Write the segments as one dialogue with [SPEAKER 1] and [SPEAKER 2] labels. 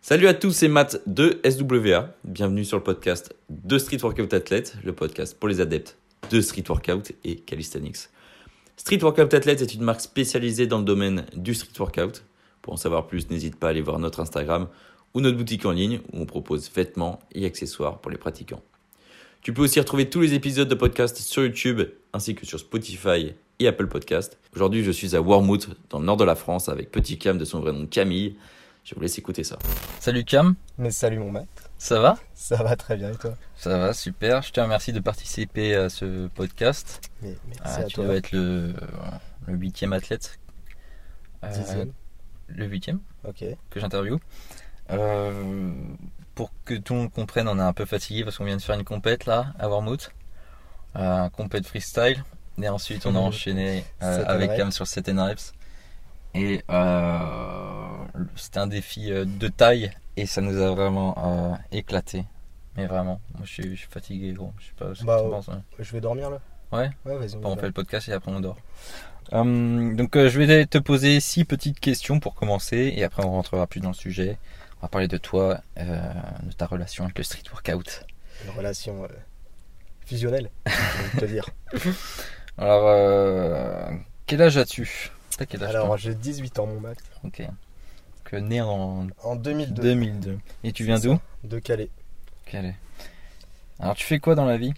[SPEAKER 1] Salut à tous, c'est Matt de SWA. Bienvenue sur le podcast de Street Workout Athlète, le podcast pour les adeptes de Street Workout et Calisthenics. Street Workout Athlète est une marque spécialisée dans le domaine du street workout. Pour en savoir plus, n'hésite pas à aller voir notre Instagram ou notre boutique en ligne où on propose vêtements et accessoires pour les pratiquants. Tu peux aussi retrouver tous les épisodes de podcast sur YouTube ainsi que sur Spotify et Apple Podcast. Aujourd'hui, je suis à Wormwood, dans le nord de la France, avec Petit Cam de son vrai nom Camille. Je vous laisse écouter ça.
[SPEAKER 2] Salut Cam,
[SPEAKER 3] Mais salut mon maître,
[SPEAKER 2] ça va
[SPEAKER 3] ça va très bien et toi
[SPEAKER 2] Ça va, super. Je te remercie de participer à ce podcast.
[SPEAKER 3] Mais merci
[SPEAKER 2] Ah,
[SPEAKER 3] à
[SPEAKER 2] tu
[SPEAKER 3] toi.
[SPEAKER 2] dois être le le huitième athlète. Euh,
[SPEAKER 3] Dixième.
[SPEAKER 2] le huitième
[SPEAKER 3] Ok.
[SPEAKER 2] que j'interviewe. Euh, pour que tout le monde comprenne, on est un peu fatigué parce qu'on vient de faire une compète là à Wormwood. Euh, compète freestyle. Et ensuite, on a
[SPEAKER 3] Mhm.
[SPEAKER 2] enchaîné euh,
[SPEAKER 3] Set and
[SPEAKER 2] avec
[SPEAKER 3] reps.
[SPEAKER 2] Cam sur 7 Reps. Et euh, le- c'était un défi euh, de taille et ça nous a vraiment euh, éclaté. Mais vraiment, moi je suis, je suis fatigué gros. Je sais pas ce que
[SPEAKER 3] Bah,
[SPEAKER 2] t'en
[SPEAKER 3] oh.
[SPEAKER 2] penses, hein.
[SPEAKER 3] Je vais dormir là
[SPEAKER 2] Ouais.
[SPEAKER 3] Ouais, vas-y. on y
[SPEAKER 2] Bon, on
[SPEAKER 3] va.
[SPEAKER 2] fait le podcast et après on dort. Hum, donc euh, je vais te poser six petites questions pour commencer et après on rentrera plus dans le sujet. On va parler de toi, euh, de ta relation avec le street workout.
[SPEAKER 3] Une relation euh, fusionnelle, je vais te dire.
[SPEAKER 2] Alors, euh, quel âge as-tu T'as quel âge
[SPEAKER 3] Alors
[SPEAKER 2] toi
[SPEAKER 3] j'ai 18 ans mon maître.
[SPEAKER 2] Ok. Que né en
[SPEAKER 3] En 2002
[SPEAKER 2] 2002. Et tu viens
[SPEAKER 3] C'est
[SPEAKER 2] d'où
[SPEAKER 3] de Calais.
[SPEAKER 2] Calais. Alors tu fais quoi dans la vie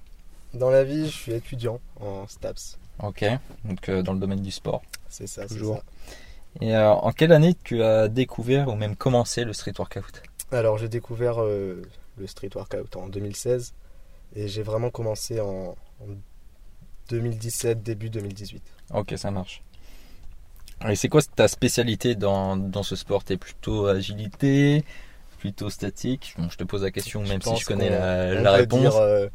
[SPEAKER 3] Dans la vie, je suis étudiant en STAPS.
[SPEAKER 2] Ok. Donc euh, dans le domaine du sport.
[SPEAKER 3] C'est ça, c'est
[SPEAKER 2] Toujours.
[SPEAKER 3] ça.
[SPEAKER 2] Et euh, en quelle année tu as découvert ou même commencé le street workout
[SPEAKER 3] Alors j'ai découvert euh, le street workout en 2016 et j'ai vraiment commencé en, en 2017, début 2018.
[SPEAKER 2] Ok, ça marche. Et c'est quoi ta spécialité dans, dans ce sport T'es plutôt agilité, plutôt statique Bon, je te pose la question, même si
[SPEAKER 3] pense
[SPEAKER 2] je connais
[SPEAKER 3] qu'on-
[SPEAKER 2] la,
[SPEAKER 3] on
[SPEAKER 2] la
[SPEAKER 3] peut dire,
[SPEAKER 2] réponse.
[SPEAKER 3] euh,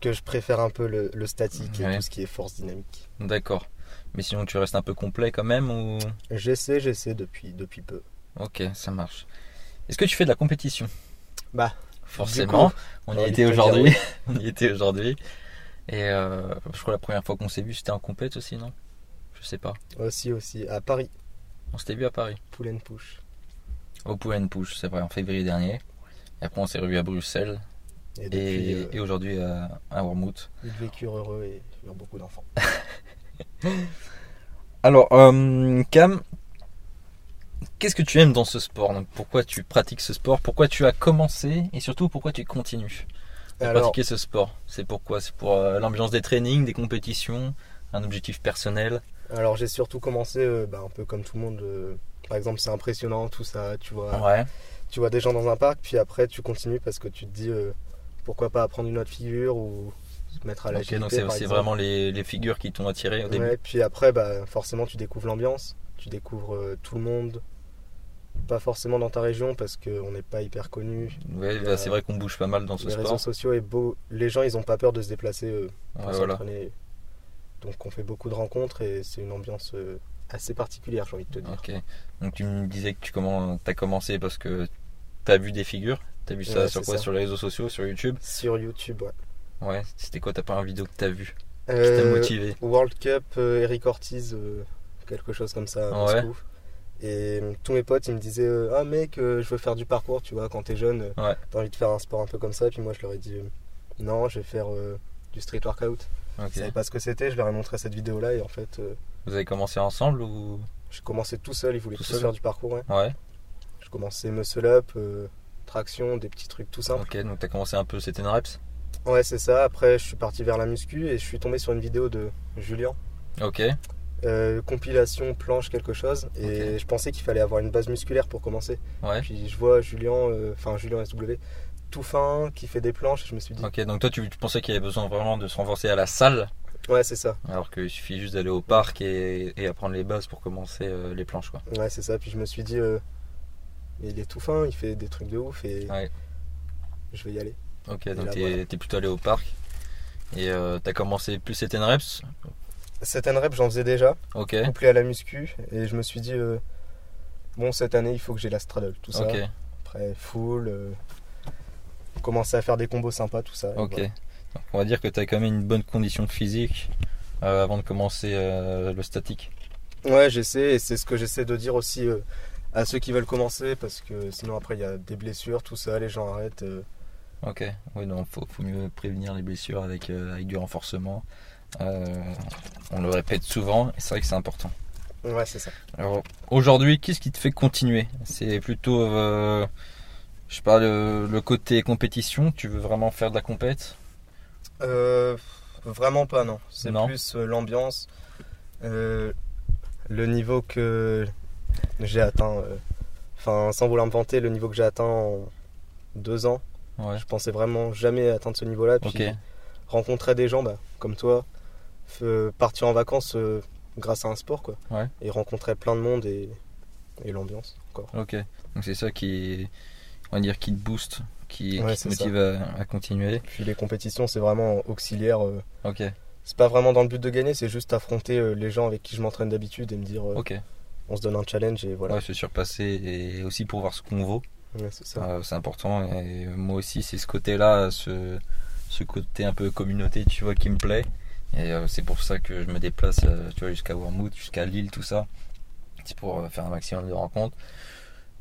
[SPEAKER 3] que je préfère un peu le, le statique
[SPEAKER 2] Ouais.
[SPEAKER 3] et tout ce qui est force dynamique.
[SPEAKER 2] D'accord. Mais sinon, tu restes un peu complet quand même ou...
[SPEAKER 3] J'essaie, j'essaie depuis, depuis peu.
[SPEAKER 2] Ok, ça marche. Est-ce que tu fais de la compétition
[SPEAKER 3] Bah,
[SPEAKER 2] forcément.
[SPEAKER 3] du coup,
[SPEAKER 2] on
[SPEAKER 3] j'ai
[SPEAKER 2] y
[SPEAKER 3] envie
[SPEAKER 2] était
[SPEAKER 3] de te dire
[SPEAKER 2] aujourd'hui. on y était aujourd'hui. Et euh, je crois la première fois qu'on s'est vu, c'était en compète aussi, non Je sais pas.
[SPEAKER 3] Aussi, aussi, à Paris,
[SPEAKER 2] On s'était vu à Paris.
[SPEAKER 3] Pull and Push.
[SPEAKER 2] Au Poulen Push, c'est vrai, en février dernier. Et après, on s'est revu à Bruxelles.
[SPEAKER 3] Et depuis,
[SPEAKER 2] Et,
[SPEAKER 3] euh,
[SPEAKER 2] et aujourd'hui à, à Wormwood.
[SPEAKER 3] ils vécurent heureux et eurent beaucoup d'enfants.
[SPEAKER 2] Alors, euh, Cam, qu'est-ce que tu aimes dans ce sport Donc, Pourquoi tu pratiques ce sport Pourquoi tu as commencé Et surtout, pourquoi tu continues à
[SPEAKER 3] Alors,
[SPEAKER 2] pratiquer ce sport C'est pourquoi C'est pour euh, l'ambiance des trainings, des compétitions, un objectif personnel
[SPEAKER 3] alors j'ai surtout commencé euh, bah, un peu comme tout le monde. euh, par exemple, c'est impressionnant, tout ça. Tu vois,
[SPEAKER 2] Ouais,
[SPEAKER 3] tu vois des gens dans un parc, puis après, tu continues parce que tu te dis euh, pourquoi pas apprendre une autre figure ou se mettre à la
[SPEAKER 2] ok, donc c'est c'est vraiment les, les figures qui t'ont attiré au début.
[SPEAKER 3] Ouais, puis après, bah, forcément, tu découvres l'ambiance, tu découvres euh, tout le monde. Pas forcément dans ta région parce qu'on n'est pas hyper connu.
[SPEAKER 2] Ouais, bah,
[SPEAKER 3] Euh,
[SPEAKER 2] c'est vrai qu'on bouge pas mal dans ce
[SPEAKER 3] les réseaux
[SPEAKER 2] sport.
[SPEAKER 3] sociaux et beau. Les gens, ils ont pas peur de se déplacer euh, pour
[SPEAKER 2] Ouais, voilà.
[SPEAKER 3] s'entraîner. Donc, on fait beaucoup de rencontres et c'est une ambiance euh, assez particulière, j'ai envie de te dire.
[SPEAKER 2] Ok. Donc tu me disais que tu commen- t'as commencé parce que t'as vu des figures. T'as vu ça
[SPEAKER 3] Ouais,
[SPEAKER 2] sur
[SPEAKER 3] c'est
[SPEAKER 2] quoi
[SPEAKER 3] ça.
[SPEAKER 2] Sur les réseaux sociaux, sur YouTube
[SPEAKER 3] Sur YouTube, ouais.
[SPEAKER 2] Ouais, c'était quoi ta première vidéo que t'as vue Qui t'a
[SPEAKER 3] Euh,
[SPEAKER 2] motivé
[SPEAKER 3] World Cup, euh, Eric Ortiz, euh, quelque chose comme ça. à
[SPEAKER 2] Ah ouais.
[SPEAKER 3] Moscou. Et euh, tous mes potes, ils me disaient euh, Ah, mec, euh, je veux faire du parcours, tu vois, quand t'es jeune, euh,
[SPEAKER 2] Ouais.
[SPEAKER 3] t'as envie de faire un sport un peu comme ça. Puis moi, je leur ai dit euh, Non, je vais faire euh, du street workout.
[SPEAKER 2] Ok.
[SPEAKER 3] Je savais pas ce que c'était, je leur ai montré cette vidéo-là et en fait, euh,
[SPEAKER 2] Vous avez commencé ensemble ou
[SPEAKER 3] je commençais tout seul, ils voulaient
[SPEAKER 2] Tout
[SPEAKER 3] tous
[SPEAKER 2] seul
[SPEAKER 3] faire du parcours, ouais.
[SPEAKER 2] Ouais.
[SPEAKER 3] Je commençais muscle up, euh, traction, des petits trucs tout simples.
[SPEAKER 2] Ok, donc t'as commencé un peu c'était une reps.
[SPEAKER 3] Ouais, c'est ça. Après, je suis parti vers la muscu et je suis tombé sur une vidéo de Julien.
[SPEAKER 2] Ok.
[SPEAKER 3] Euh, compilation, planche, quelque chose. Et
[SPEAKER 2] Ok.
[SPEAKER 3] je pensais qu'il fallait avoir une base musculaire pour commencer.
[SPEAKER 2] Ouais.
[SPEAKER 3] Puis je vois Julien, euh, enfin Julien SW, tout fin, qui fait des planches. Je me suis dit,
[SPEAKER 2] Ok, donc toi tu, tu pensais qu'il y avait besoin vraiment de se renforcer à la salle,
[SPEAKER 3] ouais, c'est ça.
[SPEAKER 2] alors qu'il suffit juste d'aller au parc et, et apprendre les bases pour commencer euh, les planches quoi.
[SPEAKER 3] Ouais, c'est ça. Puis je me suis dit, euh, mais il est tout fin, il fait des trucs de ouf et
[SPEAKER 2] Ouais.
[SPEAKER 3] je vais y aller.
[SPEAKER 2] Ok,
[SPEAKER 3] Et
[SPEAKER 2] donc
[SPEAKER 3] là,
[SPEAKER 2] t'es
[SPEAKER 3] voilà.
[SPEAKER 2] t'es plutôt allé au parc et euh, t'as commencé plus c'était une reps.
[SPEAKER 3] Cette année, j'en faisais déjà,
[SPEAKER 2] Ok.
[SPEAKER 3] couplé à la muscu. Et je me suis dit, euh, bon, cette année, il faut que j'ai la straddle, tout ça.
[SPEAKER 2] Ok.
[SPEAKER 3] Après, full. euh, commencer à faire des combos sympas, tout ça. et
[SPEAKER 2] Ok.
[SPEAKER 3] voilà.
[SPEAKER 2] Donc, on va dire que tu as quand même une bonne condition physique euh, avant de commencer euh, le statique.
[SPEAKER 3] Ouais, j'essaie, et c'est ce que j'essaie de dire aussi euh, à ceux qui veulent commencer parce que sinon après il y a des blessures, tout ça, les gens arrêtent. euh,
[SPEAKER 2] Ok, oui, non, faut, faut mieux prévenir les blessures avec, euh, avec du renforcement. Euh, on le répète souvent, et c'est vrai que c'est important.
[SPEAKER 3] Ouais, c'est ça.
[SPEAKER 2] Alors aujourd'hui, qu'est-ce qui te fait continuer C'est plutôt, euh, je sais pas, le, le côté compétition, tu veux vraiment faire de la compète
[SPEAKER 3] Euh, vraiment pas, non. C'est
[SPEAKER 2] Non.
[SPEAKER 3] plus euh, l'ambiance, euh, le niveau que j'ai atteint. euh, Enfin, sans vouloir me vanter, le niveau que j'ai atteint en deux ans.
[SPEAKER 2] Ouais,
[SPEAKER 3] Je pensais vraiment jamais atteindre ce niveau-là. Puis
[SPEAKER 2] ok,
[SPEAKER 3] rencontrer des gens bah, comme toi, f- partir en vacances euh, grâce à un sport, quoi.
[SPEAKER 2] Ouais.
[SPEAKER 3] Et rencontrer plein de monde et, et l'ambiance, encore.
[SPEAKER 2] ok. Donc c'est ça qui, on va dire, qui te booste, qui,
[SPEAKER 3] Ouais,
[SPEAKER 2] qui te
[SPEAKER 3] c'est ça.
[SPEAKER 2] motive à, à continuer.
[SPEAKER 3] Puis les compétitions, c'est vraiment auxiliaire. euh,
[SPEAKER 2] Ok,
[SPEAKER 3] c'est pas vraiment dans le but de gagner, c'est juste affronter euh, les gens avec qui je m'entraîne d'habitude et me dire euh,
[SPEAKER 2] ok.
[SPEAKER 3] on se donne un challenge et voilà.
[SPEAKER 2] Ouais, se surpasser et aussi pour voir ce qu'on vaut.
[SPEAKER 3] Ouais, c'est ça.
[SPEAKER 2] Euh, c'est important et moi aussi c'est ce côté-là, ce, ce côté un peu communauté, tu vois, qui me plaît. Et euh, c'est pour ça que je me déplace, euh, tu vois, jusqu'à Wormwood, jusqu'à Lille, tout ça. C'est pour euh, faire un maximum de rencontres,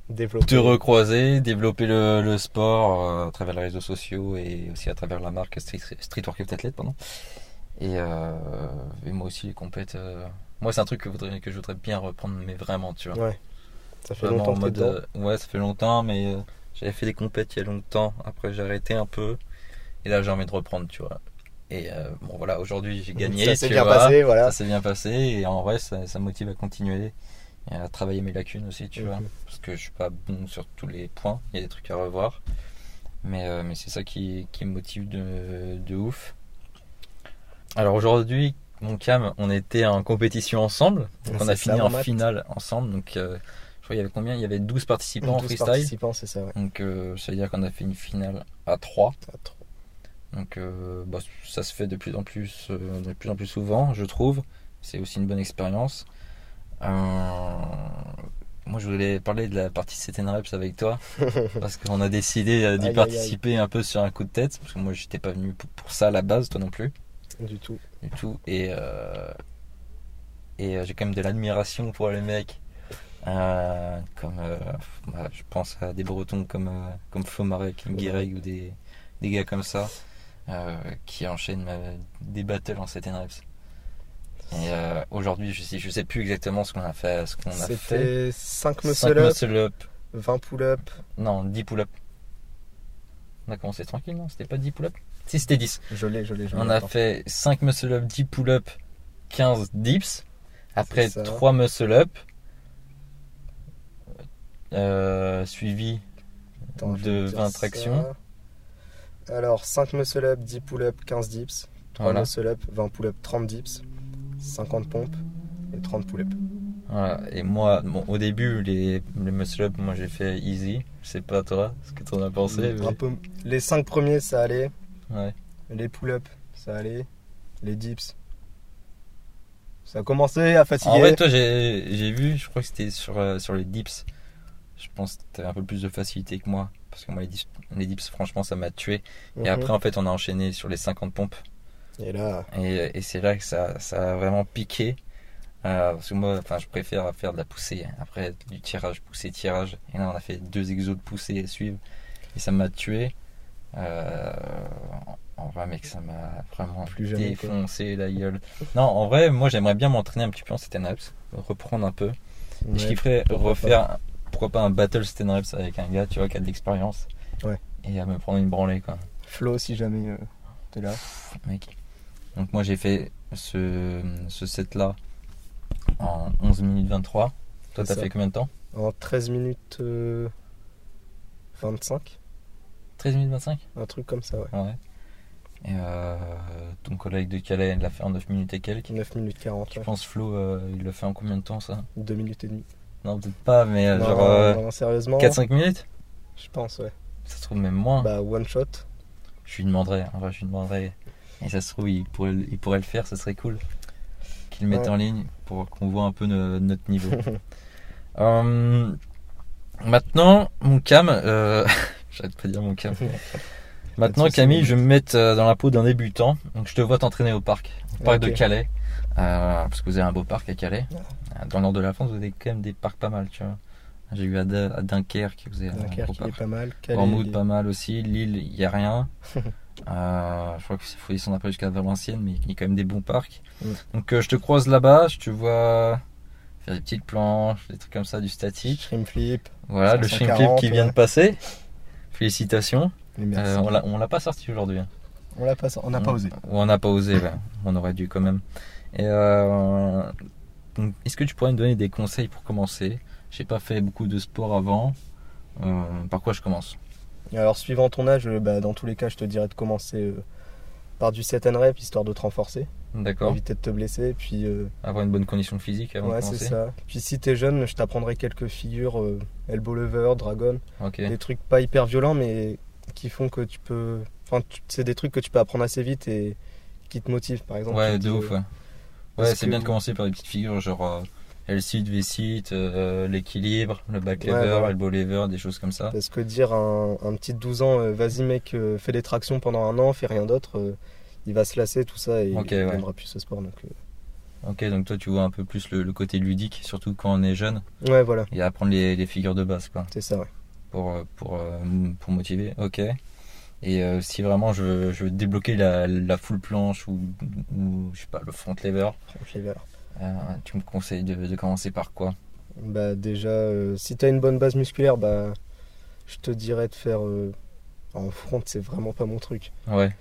[SPEAKER 3] Développer.
[SPEAKER 2] te recroiser, développer le, le sport euh, à travers les réseaux sociaux et aussi à travers la marque Street, Street Workout Athlete, pardon. Et, euh, et moi aussi les compètes. euh, moi c'est un truc que, voudrais- que je voudrais bien reprendre, mais vraiment, tu vois.
[SPEAKER 3] Ouais. Ça fait
[SPEAKER 2] Vraiment
[SPEAKER 3] longtemps
[SPEAKER 2] en
[SPEAKER 3] que t'es
[SPEAKER 2] mode,
[SPEAKER 3] dedans.
[SPEAKER 2] euh, ouais, ça fait longtemps, mais euh, j'avais fait des compètes il y a longtemps. Après, j'ai arrêté un peu. Et là, j'ai envie de reprendre, tu vois. Et euh, bon, voilà, aujourd'hui, j'ai gagné.
[SPEAKER 3] ça s'est
[SPEAKER 2] tu
[SPEAKER 3] bien
[SPEAKER 2] vois.
[SPEAKER 3] passé, voilà.
[SPEAKER 2] Ça s'est bien passé. Et en vrai, ça, ça me motive à continuer et à travailler mes lacunes aussi, tu vois.
[SPEAKER 3] Mhm.
[SPEAKER 2] Parce que je suis pas bon sur tous les points. Il y a des trucs à revoir. Mais, euh, mais c'est ça qui, qui me motive de, de ouf. Alors aujourd'hui, mon Cam, on était en compétition ensemble. Donc on a
[SPEAKER 3] Ah, C'est ça,
[SPEAKER 2] fini en
[SPEAKER 3] mon mat.
[SPEAKER 2] finale ensemble. Donc euh, je crois qu'il y avait combien Il y avait 12 participants en
[SPEAKER 3] 12
[SPEAKER 2] freestyle.
[SPEAKER 3] participants, c'est ça, ouais.
[SPEAKER 2] Donc euh, ça veut dire qu'on a fait une finale à 3.
[SPEAKER 3] Ah, trop.
[SPEAKER 2] Donc euh, bah, ça se fait de plus en plus, euh, de plus en plus souvent, je trouve. C'est aussi une bonne expérience. Euh, moi, je voulais parler de la partie CTN Reps avec toi parce qu'on a décidé euh,
[SPEAKER 3] Aïe, aïe,
[SPEAKER 2] d'y
[SPEAKER 3] aïe.
[SPEAKER 2] participer un peu sur un coup de tête parce que moi, j'étais pas venu pour, pour ça à la base, toi non plus
[SPEAKER 3] Du tout.
[SPEAKER 2] du tout. Et, euh, et euh, j'ai quand même de l'admiration pour les mecs. Euh, comme euh, bah, je pense à des Bretons comme euh, comme Flomarek, Guirec ou des, des gars comme ça euh, qui enchaînent euh, des battles en 7 reps. Et euh, aujourd'hui, je sais, je sais plus exactement ce qu'on a fait, ce qu'on a fait.
[SPEAKER 3] C'était 5
[SPEAKER 2] Cinq
[SPEAKER 3] muscle up,
[SPEAKER 2] muscle up.
[SPEAKER 3] 20 pull-up,
[SPEAKER 2] non, 10 pull-up. On a commencé tranquille, non C'était pas 10 pull-up Si, c'était 10.
[SPEAKER 3] je l'ai, je l'ai, je l'ai.
[SPEAKER 2] On a
[SPEAKER 3] attends.
[SPEAKER 2] fait 5 muscle up, 10 pull up, 15 dips. Après
[SPEAKER 3] Ah, C'est ça.
[SPEAKER 2] 3 muscle up. Euh, suivi
[SPEAKER 3] Attends, je vais
[SPEAKER 2] de
[SPEAKER 3] te dire
[SPEAKER 2] 20
[SPEAKER 3] ça.
[SPEAKER 2] tractions.
[SPEAKER 3] Alors 5 muscle up, 10 pull up, 15 dips, 3
[SPEAKER 2] Voilà.
[SPEAKER 3] muscle up, 20 pull up, 30 dips, 50 pompes et 30 pull up.
[SPEAKER 2] Voilà. Et moi, bon, au début, les, les muscle up, moi j'ai fait easy. Je sais pas toi ce que t'en as pensé.
[SPEAKER 3] Un
[SPEAKER 2] mais-
[SPEAKER 3] peu... Les 5 premiers ça allait,
[SPEAKER 2] Ouais.
[SPEAKER 3] les pull up ça allait, les dips ça commençait à fatiguer.
[SPEAKER 2] En vrai, Ah toi, j'ai j'ai vu, je crois que c'était sur, euh, sur les dips. Je pense que t'avais un peu plus de facilité que moi. Parce que moi, les dips, les dips franchement, ça m'a tué.
[SPEAKER 3] Mhm.
[SPEAKER 2] Et après, en fait, on a enchaîné sur les 50 pompes.
[SPEAKER 3] Et là,
[SPEAKER 2] Et, et c'est là que ça, ça a vraiment piqué. Euh, parce que moi, enfin, je préfère faire de la poussée. Après, du tirage, poussée, tirage. Et là, on a fait deux exos de poussée et suivre. Et ça m'a tué. Euh, en vrai, mec, ça m'a vraiment
[SPEAKER 3] Plus jamais, quoi.
[SPEAKER 2] défoncé la gueule. Non, en vrai, moi, j'aimerais bien m'entraîner un petit peu en stand ups reprendre un peu. Et je
[SPEAKER 3] ouais,
[SPEAKER 2] kifferais
[SPEAKER 3] pourquoi
[SPEAKER 2] refaire, pourquoi pas un battle stand ups avec un gars, tu vois, qui a de l'expérience.
[SPEAKER 3] Ouais.
[SPEAKER 2] Et à me prendre une branlée, quoi.
[SPEAKER 3] Flo si jamais euh, t'es là.
[SPEAKER 2] Mec. Donc moi j'ai fait ce, ce set là en 11 minutes 23. Toi
[SPEAKER 3] C'est
[SPEAKER 2] t'as
[SPEAKER 3] ça.
[SPEAKER 2] fait combien de temps
[SPEAKER 3] En 13 minutes euh, 25,
[SPEAKER 2] 13 minutes 25
[SPEAKER 3] un truc comme ça ouais.
[SPEAKER 2] Ouais. Et euh, ton collègue de Calais il l'a fait en 9 minutes et quelques.
[SPEAKER 3] 9 minutes 40,
[SPEAKER 2] Je
[SPEAKER 3] ouais.
[SPEAKER 2] pense Flo euh, il l'a fait en combien de temps ça
[SPEAKER 3] 2 minutes et demie.
[SPEAKER 2] Non peut-être pas mais euh,
[SPEAKER 3] Non,
[SPEAKER 2] genre euh,
[SPEAKER 3] non, sérieusement,
[SPEAKER 2] 4-5 minutes
[SPEAKER 3] je pense ouais.
[SPEAKER 2] Ça se trouve même moins.
[SPEAKER 3] Bah one shot.
[SPEAKER 2] Je lui demanderai, en vrai je lui demanderai. Et ça se trouve il pourrait, le- il pourrait le faire, ça serait cool. Qu'il le mette
[SPEAKER 3] Ouais.
[SPEAKER 2] en ligne pour qu'on voit un peu no- notre niveau. Euh, maintenant, mon cam, euh, j'arrête pas de dire mon cam. Maintenant,
[SPEAKER 3] souci,
[SPEAKER 2] Camille,
[SPEAKER 3] mon
[SPEAKER 2] je vais me mettre euh, dans la peau d'un débutant. Donc, je te vois t'entraîner au parc, au parc
[SPEAKER 3] Ok.
[SPEAKER 2] de Calais, Euh, parce que vous avez un beau parc à Calais. Euh, Dans le nord de la France, vous avez quand même des parcs pas mal, tu vois. J'ai eu à, Da- à Dunkerque, qui faisait un gros
[SPEAKER 3] Dunkerque, il
[SPEAKER 2] parc.
[SPEAKER 3] est pas mal. Calais, il
[SPEAKER 2] Bournemouth,
[SPEAKER 3] est-
[SPEAKER 2] pas mal aussi. Lille, il n'y a rien. Euh, je crois qu'il faut descendre un peu jusqu'à Valenciennes, mais il y a quand même des bons parcs.
[SPEAKER 3] Mm.
[SPEAKER 2] Donc euh, je te croise là-bas, je te vois faire des petites planches, des trucs comme ça, du statique.
[SPEAKER 3] Shrimp Flip.
[SPEAKER 2] Voilà, le
[SPEAKER 3] 540,
[SPEAKER 2] shrimp clip qui vient
[SPEAKER 3] ouais.
[SPEAKER 2] de passer. Félicitations.
[SPEAKER 3] Mais merci.
[SPEAKER 2] Euh, on l'a- on l'a pas sorti aujourd'hui. hein.
[SPEAKER 3] on l'a pas, on n'a pas osé.
[SPEAKER 2] Ouais, on n'a pas osé, ouais. on aurait dû quand même. Et euh, donc, est-ce que tu pourrais me donner des conseils pour commencer J'ai pas fait beaucoup de sport avant. Euh, par quoi je commence
[SPEAKER 3] Et alors, suivant ton âge, euh, bah, dans tous les cas, je te dirais de commencer euh, par du 7 and rep, histoire de te renforcer, pour
[SPEAKER 2] D'accord.
[SPEAKER 3] éviter de te blesser. Puis, euh,
[SPEAKER 2] Avoir une bonne condition physique avant
[SPEAKER 3] ouais,
[SPEAKER 2] de
[SPEAKER 3] c'est
[SPEAKER 2] commencer.
[SPEAKER 3] ça. Puis, si t'es jeune, je t'apprendrai quelques figures euh, elbow lever, dragon,
[SPEAKER 2] Ok.
[SPEAKER 3] des trucs pas hyper violents, mais qui font que tu peux. Enfin, tu- c'est des trucs que tu peux apprendre assez vite et qui te motivent, par exemple.
[SPEAKER 2] Ouais,
[SPEAKER 3] tu te
[SPEAKER 2] de
[SPEAKER 3] dis,
[SPEAKER 2] ouf,
[SPEAKER 3] euh,
[SPEAKER 2] ouais.
[SPEAKER 3] parce
[SPEAKER 2] Ouais, c'est
[SPEAKER 3] que-
[SPEAKER 2] bien de commencer par des petites figures, genre l sit V-sit, euh, l'équilibre, le back
[SPEAKER 3] Ouais,
[SPEAKER 2] lever,
[SPEAKER 3] voilà.
[SPEAKER 2] elbow lever, des choses comme ça.
[SPEAKER 3] Parce que dire à un, un petit de 12 ans, euh, vas-y mec, euh, fais des tractions pendant un an, fais rien d'autre, euh, il va se lasser, tout ça, et
[SPEAKER 2] Ok,
[SPEAKER 3] il
[SPEAKER 2] ouais.
[SPEAKER 3] n'aimera plus ce sport. Donc, euh,
[SPEAKER 2] Ok, donc toi tu vois un peu plus le, le côté ludique, surtout quand on est jeune,
[SPEAKER 3] euh, Ouais, voilà,
[SPEAKER 2] et apprendre les, les figures de base, quoi,
[SPEAKER 3] c'est ça, ouais.
[SPEAKER 2] pour, euh, pour, euh, pour motiver. Ok. Et euh, si vraiment je veux, je veux débloquer la, la full planche ou, ou, je sais pas, le front lever,
[SPEAKER 3] Franck Lever.
[SPEAKER 2] euh, tu me conseilles de, de commencer par quoi
[SPEAKER 3] Bah déjà, euh, si t'as une bonne base musculaire, bah je te dirais de faire euh, en front, c'est vraiment pas mon truc.
[SPEAKER 2] Ouais.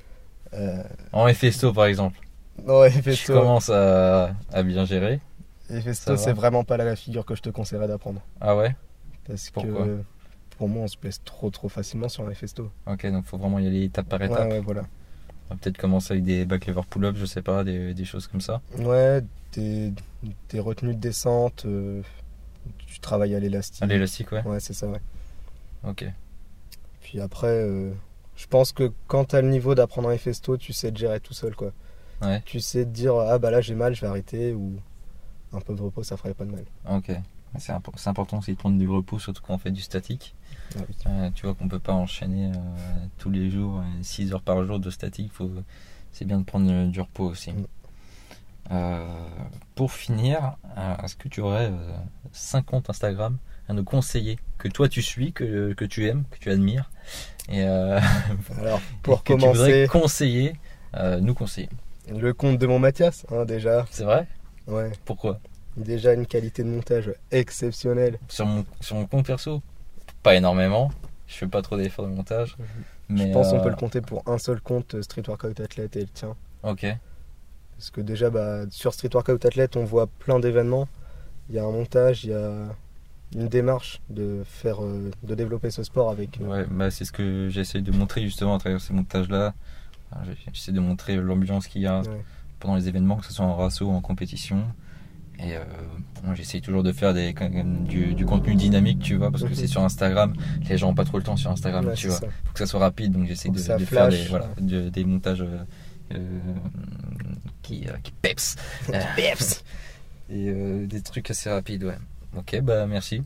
[SPEAKER 3] Euh,
[SPEAKER 2] En FSO par exemple,
[SPEAKER 3] non,
[SPEAKER 2] je
[SPEAKER 3] Efesto,
[SPEAKER 2] commence à, à bien gérer. ça
[SPEAKER 3] Efesto
[SPEAKER 2] va.
[SPEAKER 3] c'est vraiment pas la figure que je te conseillerais d'apprendre,
[SPEAKER 2] Ah ouais
[SPEAKER 3] parce
[SPEAKER 2] Pourquoi
[SPEAKER 3] que euh, pour moi, on se blesse trop trop facilement sur un Efesto.
[SPEAKER 2] Ok, donc faut vraiment y aller étape par
[SPEAKER 3] Ouais,
[SPEAKER 2] étape.
[SPEAKER 3] ouais, voilà.
[SPEAKER 2] On va peut-être commencer avec des back lever pull-up, je sais pas, des, des choses comme ça.
[SPEAKER 3] Ouais, des, des retenues de descente, euh, tu travailles à l'élastique.
[SPEAKER 2] À l'élastique, ouais.
[SPEAKER 3] Ouais, c'est ça, ouais.
[SPEAKER 2] Ok.
[SPEAKER 3] Puis après, euh, je pense que quand t'as le niveau d'apprendre un Festo, tu sais te gérer tout seul, quoi.
[SPEAKER 2] Ouais.
[SPEAKER 3] Tu sais te dire, ah bah là j'ai mal, je vais arrêter, ou un peu de repos, ça ferait pas de mal.
[SPEAKER 2] Ok. C'est impo- c'est important aussi de prendre du repos, surtout quand on fait du statique.
[SPEAKER 3] Ah oui.
[SPEAKER 2] Euh, tu vois qu'on peut pas enchaîner euh, tous les jours, 6 heures par jour de statique. Faut... C'est bien de prendre euh, du repos aussi.
[SPEAKER 3] Mm.
[SPEAKER 2] Euh, pour finir, euh, est-ce que tu aurais 5 comptes Instagram à nous conseiller que toi tu suis, que, que tu aimes, que tu admires et, euh,
[SPEAKER 3] Alors, pour
[SPEAKER 2] que tu voudrais
[SPEAKER 3] commencer,
[SPEAKER 2] conseiller, euh, nous conseiller
[SPEAKER 3] le compte de mon Mathias, hein, déjà.
[SPEAKER 2] C'est vrai
[SPEAKER 3] Ouais,
[SPEAKER 2] Pourquoi
[SPEAKER 3] déjà une qualité de montage exceptionnelle.
[SPEAKER 2] sur mon, sur mon compte perso Pas énormément. Je fais pas trop d'efforts de montage. Mais
[SPEAKER 3] je pense qu'on
[SPEAKER 2] euh,
[SPEAKER 3] peut le compter pour un seul compte, euh, Street Workout Athlete et le tien.
[SPEAKER 2] Ok,
[SPEAKER 3] Parce que déjà, bah, sur Street Workout Athlete, on voit plein d'événements. Il y a un montage, il y a une démarche de faire, euh, de développer ce sport avec. euh,
[SPEAKER 2] ouais, bah, c'est ce que j'essaie de montrer justement à travers ces montages-là. Alors, j'ai- J'essaie de montrer l'ambiance qu'il y a
[SPEAKER 3] ouais.
[SPEAKER 2] pendant les événements, que ce soit en rasso ou en compétition. Et euh, bon, j'essaie toujours de faire des, quand même du, du contenu dynamique, tu vois, parce que
[SPEAKER 3] Mhm.
[SPEAKER 2] c'est sur Instagram. Les gens ont pas trop le temps sur Instagram,
[SPEAKER 3] Ouais,
[SPEAKER 2] tu
[SPEAKER 3] c'est
[SPEAKER 2] vois.
[SPEAKER 3] ça.
[SPEAKER 2] faut que ça soit rapide, donc j'essaie
[SPEAKER 3] Faut
[SPEAKER 2] de,
[SPEAKER 3] que ça
[SPEAKER 2] de faire des,
[SPEAKER 3] flash.
[SPEAKER 2] voilà, de- des montages euh, euh, qui, euh, qui peps. Euh, Et euh, des trucs assez rapides, ouais. Ok, bah merci.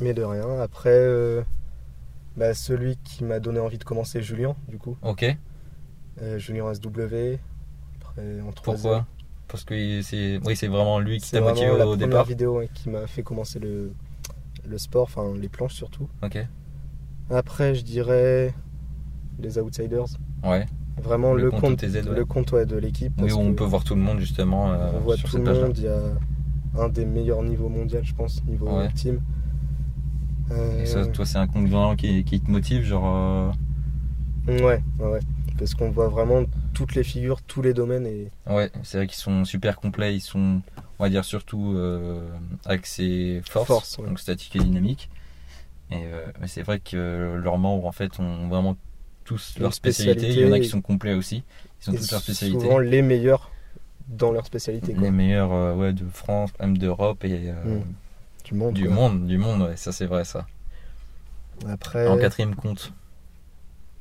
[SPEAKER 3] Mais de rien. Après, euh, bah, celui qui m'a donné envie de commencer, Julien, du coup.
[SPEAKER 2] Ok,
[SPEAKER 3] Euh, Julien SW. Après, en troisième.
[SPEAKER 2] pourquoi Parce que c'est oui, c'est vraiment lui qui
[SPEAKER 3] C'est
[SPEAKER 2] t'a motivé
[SPEAKER 3] vraiment la
[SPEAKER 2] au
[SPEAKER 3] première
[SPEAKER 2] départ.
[SPEAKER 3] vidéo ouais, qui m'a fait commencer le, le sport, enfin les planches surtout.
[SPEAKER 2] Ok,
[SPEAKER 3] Après, je dirais les Outsiders.
[SPEAKER 2] ouais.
[SPEAKER 3] Vraiment
[SPEAKER 2] Le
[SPEAKER 3] le,
[SPEAKER 2] compte
[SPEAKER 3] compte,
[SPEAKER 2] OTZ, ouais.
[SPEAKER 3] le compte ouais, de l'équipe.
[SPEAKER 2] Oui,
[SPEAKER 3] parce
[SPEAKER 2] on
[SPEAKER 3] que
[SPEAKER 2] peut voir tout le monde justement euh,
[SPEAKER 3] on voit
[SPEAKER 2] sur
[SPEAKER 3] tout
[SPEAKER 2] cette
[SPEAKER 3] le
[SPEAKER 2] page-là.
[SPEAKER 3] monde. Il y a un des meilleurs niveaux mondial, je pense, niveau
[SPEAKER 2] Ouais.
[SPEAKER 3] team. Euh,
[SPEAKER 2] Et ça, toi, c'est un compte vraiment qui, qui te motive, genre.
[SPEAKER 3] ouais, ouais, ouais. Parce qu'on voit vraiment toutes les figures, tous les domaines et
[SPEAKER 2] euh, Ouais, c'est vrai qu'ils sont super complets, ils sont, on va dire, surtout euh, axés force,
[SPEAKER 3] Force, ouais.
[SPEAKER 2] donc statique et dynamique. Et euh, mais c'est vrai que euh, leurs membres, en fait, ont vraiment tous
[SPEAKER 3] Une
[SPEAKER 2] leurs spécialités. Il y en a
[SPEAKER 3] spécialité.
[SPEAKER 2] qui sont complets aussi. Ils ont
[SPEAKER 3] Et
[SPEAKER 2] toutes leurs spécialités.
[SPEAKER 3] Souvent les meilleurs dans leur spécialité quoi.
[SPEAKER 2] Les meilleurs euh, ouais, de France, même d'Europe et euh,
[SPEAKER 3] Mm. du monde.
[SPEAKER 2] du
[SPEAKER 3] quoi.
[SPEAKER 2] monde. Du monde, ouais, ça c'est vrai, ça.
[SPEAKER 3] Après
[SPEAKER 2] En quatrième compte,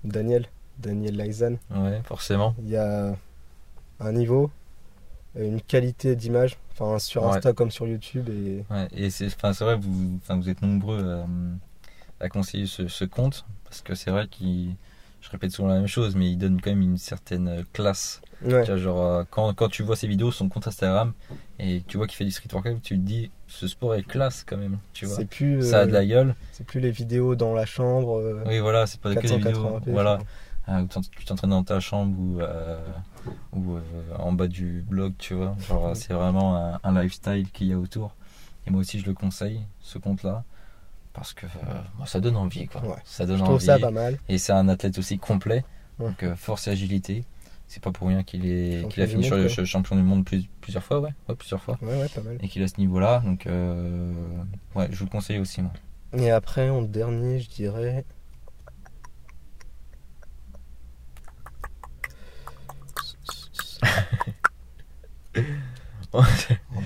[SPEAKER 3] Daniel, Daniel Lysan,
[SPEAKER 2] ouais, forcément.
[SPEAKER 3] il y a un niveau, une qualité d'image, enfin sur
[SPEAKER 2] Ouais.
[SPEAKER 3] Insta comme sur YouTube et
[SPEAKER 2] Ouais, et c'est enfin, c'est vrai, vous, enfin, vous êtes nombreux euh, à conseiller ce, ce compte, parce que c'est vrai qu'il je répète souvent la même chose, mais il donne quand même une certaine euh, classe.
[SPEAKER 3] Ouais.
[SPEAKER 2] Tu vois, genre, euh, quand, quand tu vois ses vidéos, son compte Instagram, et tu vois qu'il fait du street workout, tu te dis, ce sport est classe quand même, tu vois.
[SPEAKER 3] C'est plus,
[SPEAKER 2] Ça a de
[SPEAKER 3] euh,
[SPEAKER 2] la gueule.
[SPEAKER 3] c'est plus les vidéos dans la chambre. euh,
[SPEAKER 2] Oui, voilà, c'est pas que des vidéos.
[SPEAKER 3] 480p,
[SPEAKER 2] Voilà.
[SPEAKER 3] genre.
[SPEAKER 2] Ah, où t'en- tu t'entraînes dans ta chambre ou, euh, ou euh, en bas du blog, tu vois. Genre,
[SPEAKER 3] Ouais.
[SPEAKER 2] c'est vraiment un, un lifestyle qu'il y a autour. Et moi aussi, je le conseille, ce compte-là, parce que euh, moi, ça donne envie, quoi.
[SPEAKER 3] Ouais.
[SPEAKER 2] Ça donne
[SPEAKER 3] Je trouve
[SPEAKER 2] envie.
[SPEAKER 3] ça pas mal.
[SPEAKER 2] Et c'est un athlète aussi complet,
[SPEAKER 3] Ouais.
[SPEAKER 2] donc euh, force et agilité. C'est pas pour rien qu'il est,
[SPEAKER 3] Champion
[SPEAKER 2] qu'il a
[SPEAKER 3] du
[SPEAKER 2] fini sur
[SPEAKER 3] monde,
[SPEAKER 2] le
[SPEAKER 3] quoi.
[SPEAKER 2] ch- champion du monde plus- plusieurs fois, ouais, ouais, plusieurs fois.
[SPEAKER 3] Ouais, ouais, pas mal.
[SPEAKER 2] Et qu'il a ce niveau-là, donc euh, ouais, je vous le conseille aussi, moi.
[SPEAKER 3] Et après, en dernier, je dirais. En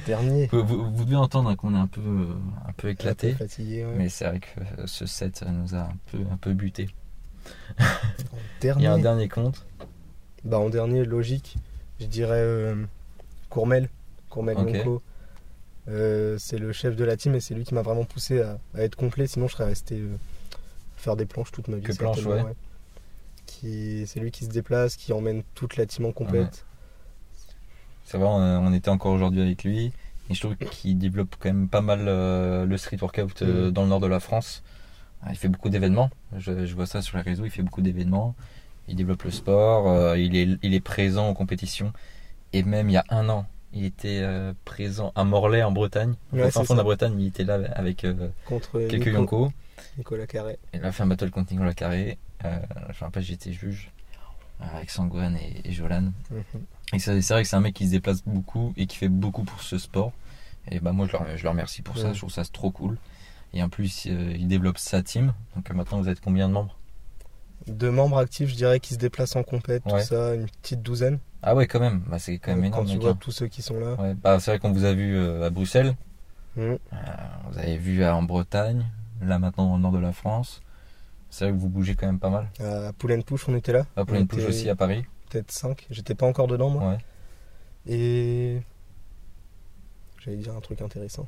[SPEAKER 3] dernier.
[SPEAKER 2] vous, vous- vous devez entendre hein, qu'on est un peu, euh, un peu éclaté.
[SPEAKER 3] Un peu Fatigué, ouais.
[SPEAKER 2] Mais c'est vrai que euh, ce set euh, nous a un peu, un peu buté.
[SPEAKER 3] En
[SPEAKER 2] Il y a un
[SPEAKER 3] dernier.
[SPEAKER 2] dernier compte.
[SPEAKER 3] Bah, en dernier, logique, je dirais euh, Courmel. Courmel
[SPEAKER 2] Ok.
[SPEAKER 3] Yonko. Euh, c'est le chef de la team et c'est lui qui m'a vraiment poussé à, à être complet. Sinon, je serais resté euh, faire des planches toute ma vie.
[SPEAKER 2] Que planche,
[SPEAKER 3] certainement,
[SPEAKER 2] ouais.
[SPEAKER 3] Qui, c'est lui qui se déplace, qui emmène toute la team en complète.
[SPEAKER 2] C'est vrai, on, euh, on était encore aujourd'hui avec lui. Et je trouve qu'il développe quand même pas mal euh, le street workout
[SPEAKER 3] Mm.
[SPEAKER 2] euh, dans le nord de la France. Ah, Il fait beaucoup d'événements. Je, je vois ça sur les réseaux. Il fait beaucoup d'événements. Il développe le sport. euh, il, est, il est présent aux compétitions. Et même il y a un an, il était euh, présent à Morlaix en Bretagne.
[SPEAKER 3] Ouais,
[SPEAKER 2] au fin
[SPEAKER 3] c'est
[SPEAKER 2] fond de la
[SPEAKER 3] ça.
[SPEAKER 2] Bretagne, il était là avec euh,
[SPEAKER 3] Contre
[SPEAKER 2] quelques
[SPEAKER 3] Nico-
[SPEAKER 2] Yonko.
[SPEAKER 3] Nicolas Carré.
[SPEAKER 2] Il a fait un battle contre Nicolas Carré. Euh, je me rappelle, j'étais juge euh, avec Sangouane et, et Jolan.
[SPEAKER 3] Mhm.
[SPEAKER 2] Et ça- c'est vrai que c'est un mec qui se déplace beaucoup et qui fait beaucoup pour ce sport. Et bah moi, je le, je le remercie pour ça.
[SPEAKER 3] Ouais.
[SPEAKER 2] Je trouve ça trop cool. Et en plus, euh, il développe sa team. Donc euh, maintenant, vous êtes combien de membres
[SPEAKER 3] Deux membres actifs, je dirais, qui se déplacent en compète,
[SPEAKER 2] Ouais.
[SPEAKER 3] tout ça, une petite douzaine.
[SPEAKER 2] Ah ouais, quand même. Bah, c'est quand même
[SPEAKER 3] Euh,
[SPEAKER 2] énorme,
[SPEAKER 3] tu
[SPEAKER 2] mec,
[SPEAKER 3] vois
[SPEAKER 2] hein.
[SPEAKER 3] tous ceux qui sont là.
[SPEAKER 2] Ouais. Bah, c'est vrai qu'on vous a vu euh, à Bruxelles.
[SPEAKER 3] Mhm.
[SPEAKER 2] Euh, vous avez vu euh, en Bretagne. Là maintenant, dans le nord de la France. C'est vrai que vous bougez quand même pas mal.
[SPEAKER 3] À Poulen Pouche, on était là.
[SPEAKER 2] Ah,
[SPEAKER 3] On
[SPEAKER 2] Pauline Pouche
[SPEAKER 3] était
[SPEAKER 2] aussi à Paris.
[SPEAKER 3] Peut-être 5. J'étais pas encore dedans, moi.
[SPEAKER 2] Ouais.
[SPEAKER 3] Et. J'allais dire un truc intéressant.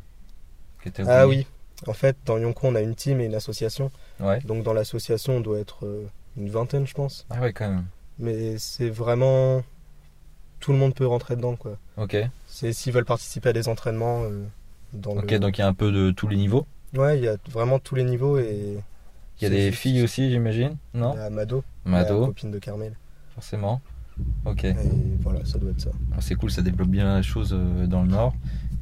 [SPEAKER 2] qui était au
[SPEAKER 3] Ah
[SPEAKER 2] pays.
[SPEAKER 3] oui, en fait, dans Yonko, on a une team et une association.
[SPEAKER 2] Ouais.
[SPEAKER 3] Donc, dans l'association, on doit être euh, une vingtaine, je pense.
[SPEAKER 2] Ah ouais, quand même.
[SPEAKER 3] Mais c'est vraiment. Tout le monde peut rentrer dedans, quoi.
[SPEAKER 2] Ok.
[SPEAKER 3] C'est s'ils veulent participer à des entraînements. euh, dans
[SPEAKER 2] Ok,
[SPEAKER 3] le...
[SPEAKER 2] donc il y a un peu de tous les niveaux.
[SPEAKER 3] Ouais, il y a vraiment tous les niveaux et.
[SPEAKER 2] Il y a des filles aussi, j'imagine Non
[SPEAKER 3] À Mado, la
[SPEAKER 2] Mado,
[SPEAKER 3] copine de Carmel.
[SPEAKER 2] forcément. Ok,
[SPEAKER 3] Et voilà, ça doit être ça.
[SPEAKER 2] Bon, c'est cool, ça développe bien la chose euh, dans le Nord.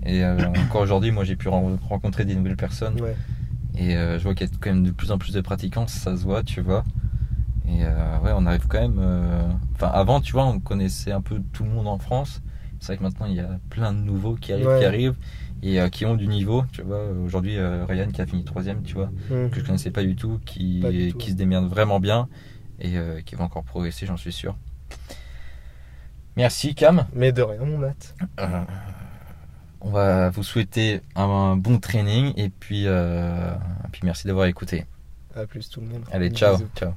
[SPEAKER 2] Et euh, encore aujourd'hui, moi j'ai pu ren- rencontrer des nouvelles personnes.
[SPEAKER 3] Ouais.
[SPEAKER 2] Et euh, je vois qu'il y a quand même de plus en plus de pratiquants, ça se voit, tu vois. Et euh, ouais, on arrive quand même. euh, Enfin, avant, tu vois, on connaissait un peu tout le monde en France. C'est vrai que maintenant, il y a plein de nouveaux qui arrivent,
[SPEAKER 3] Ouais.
[SPEAKER 2] qui arrivent et euh, qui ont du niveau. Tu vois, aujourd'hui, euh, Ryan qui a fini troisième, tu vois.
[SPEAKER 3] Mm.
[SPEAKER 2] que je connaissais pas du tout, qui,
[SPEAKER 3] Pas du tout.
[SPEAKER 2] qui se démerde vraiment bien et euh, qui va encore progresser, j'en suis sûr. Merci Cam.
[SPEAKER 3] Mais de rien, mon Matt.
[SPEAKER 2] Euh, on va vous souhaiter un, un bon training et puis, euh, et puis merci d'avoir écouté.
[SPEAKER 3] À plus, tout le monde.
[SPEAKER 2] Allez, ciao.
[SPEAKER 3] Bisous.
[SPEAKER 2] ciao.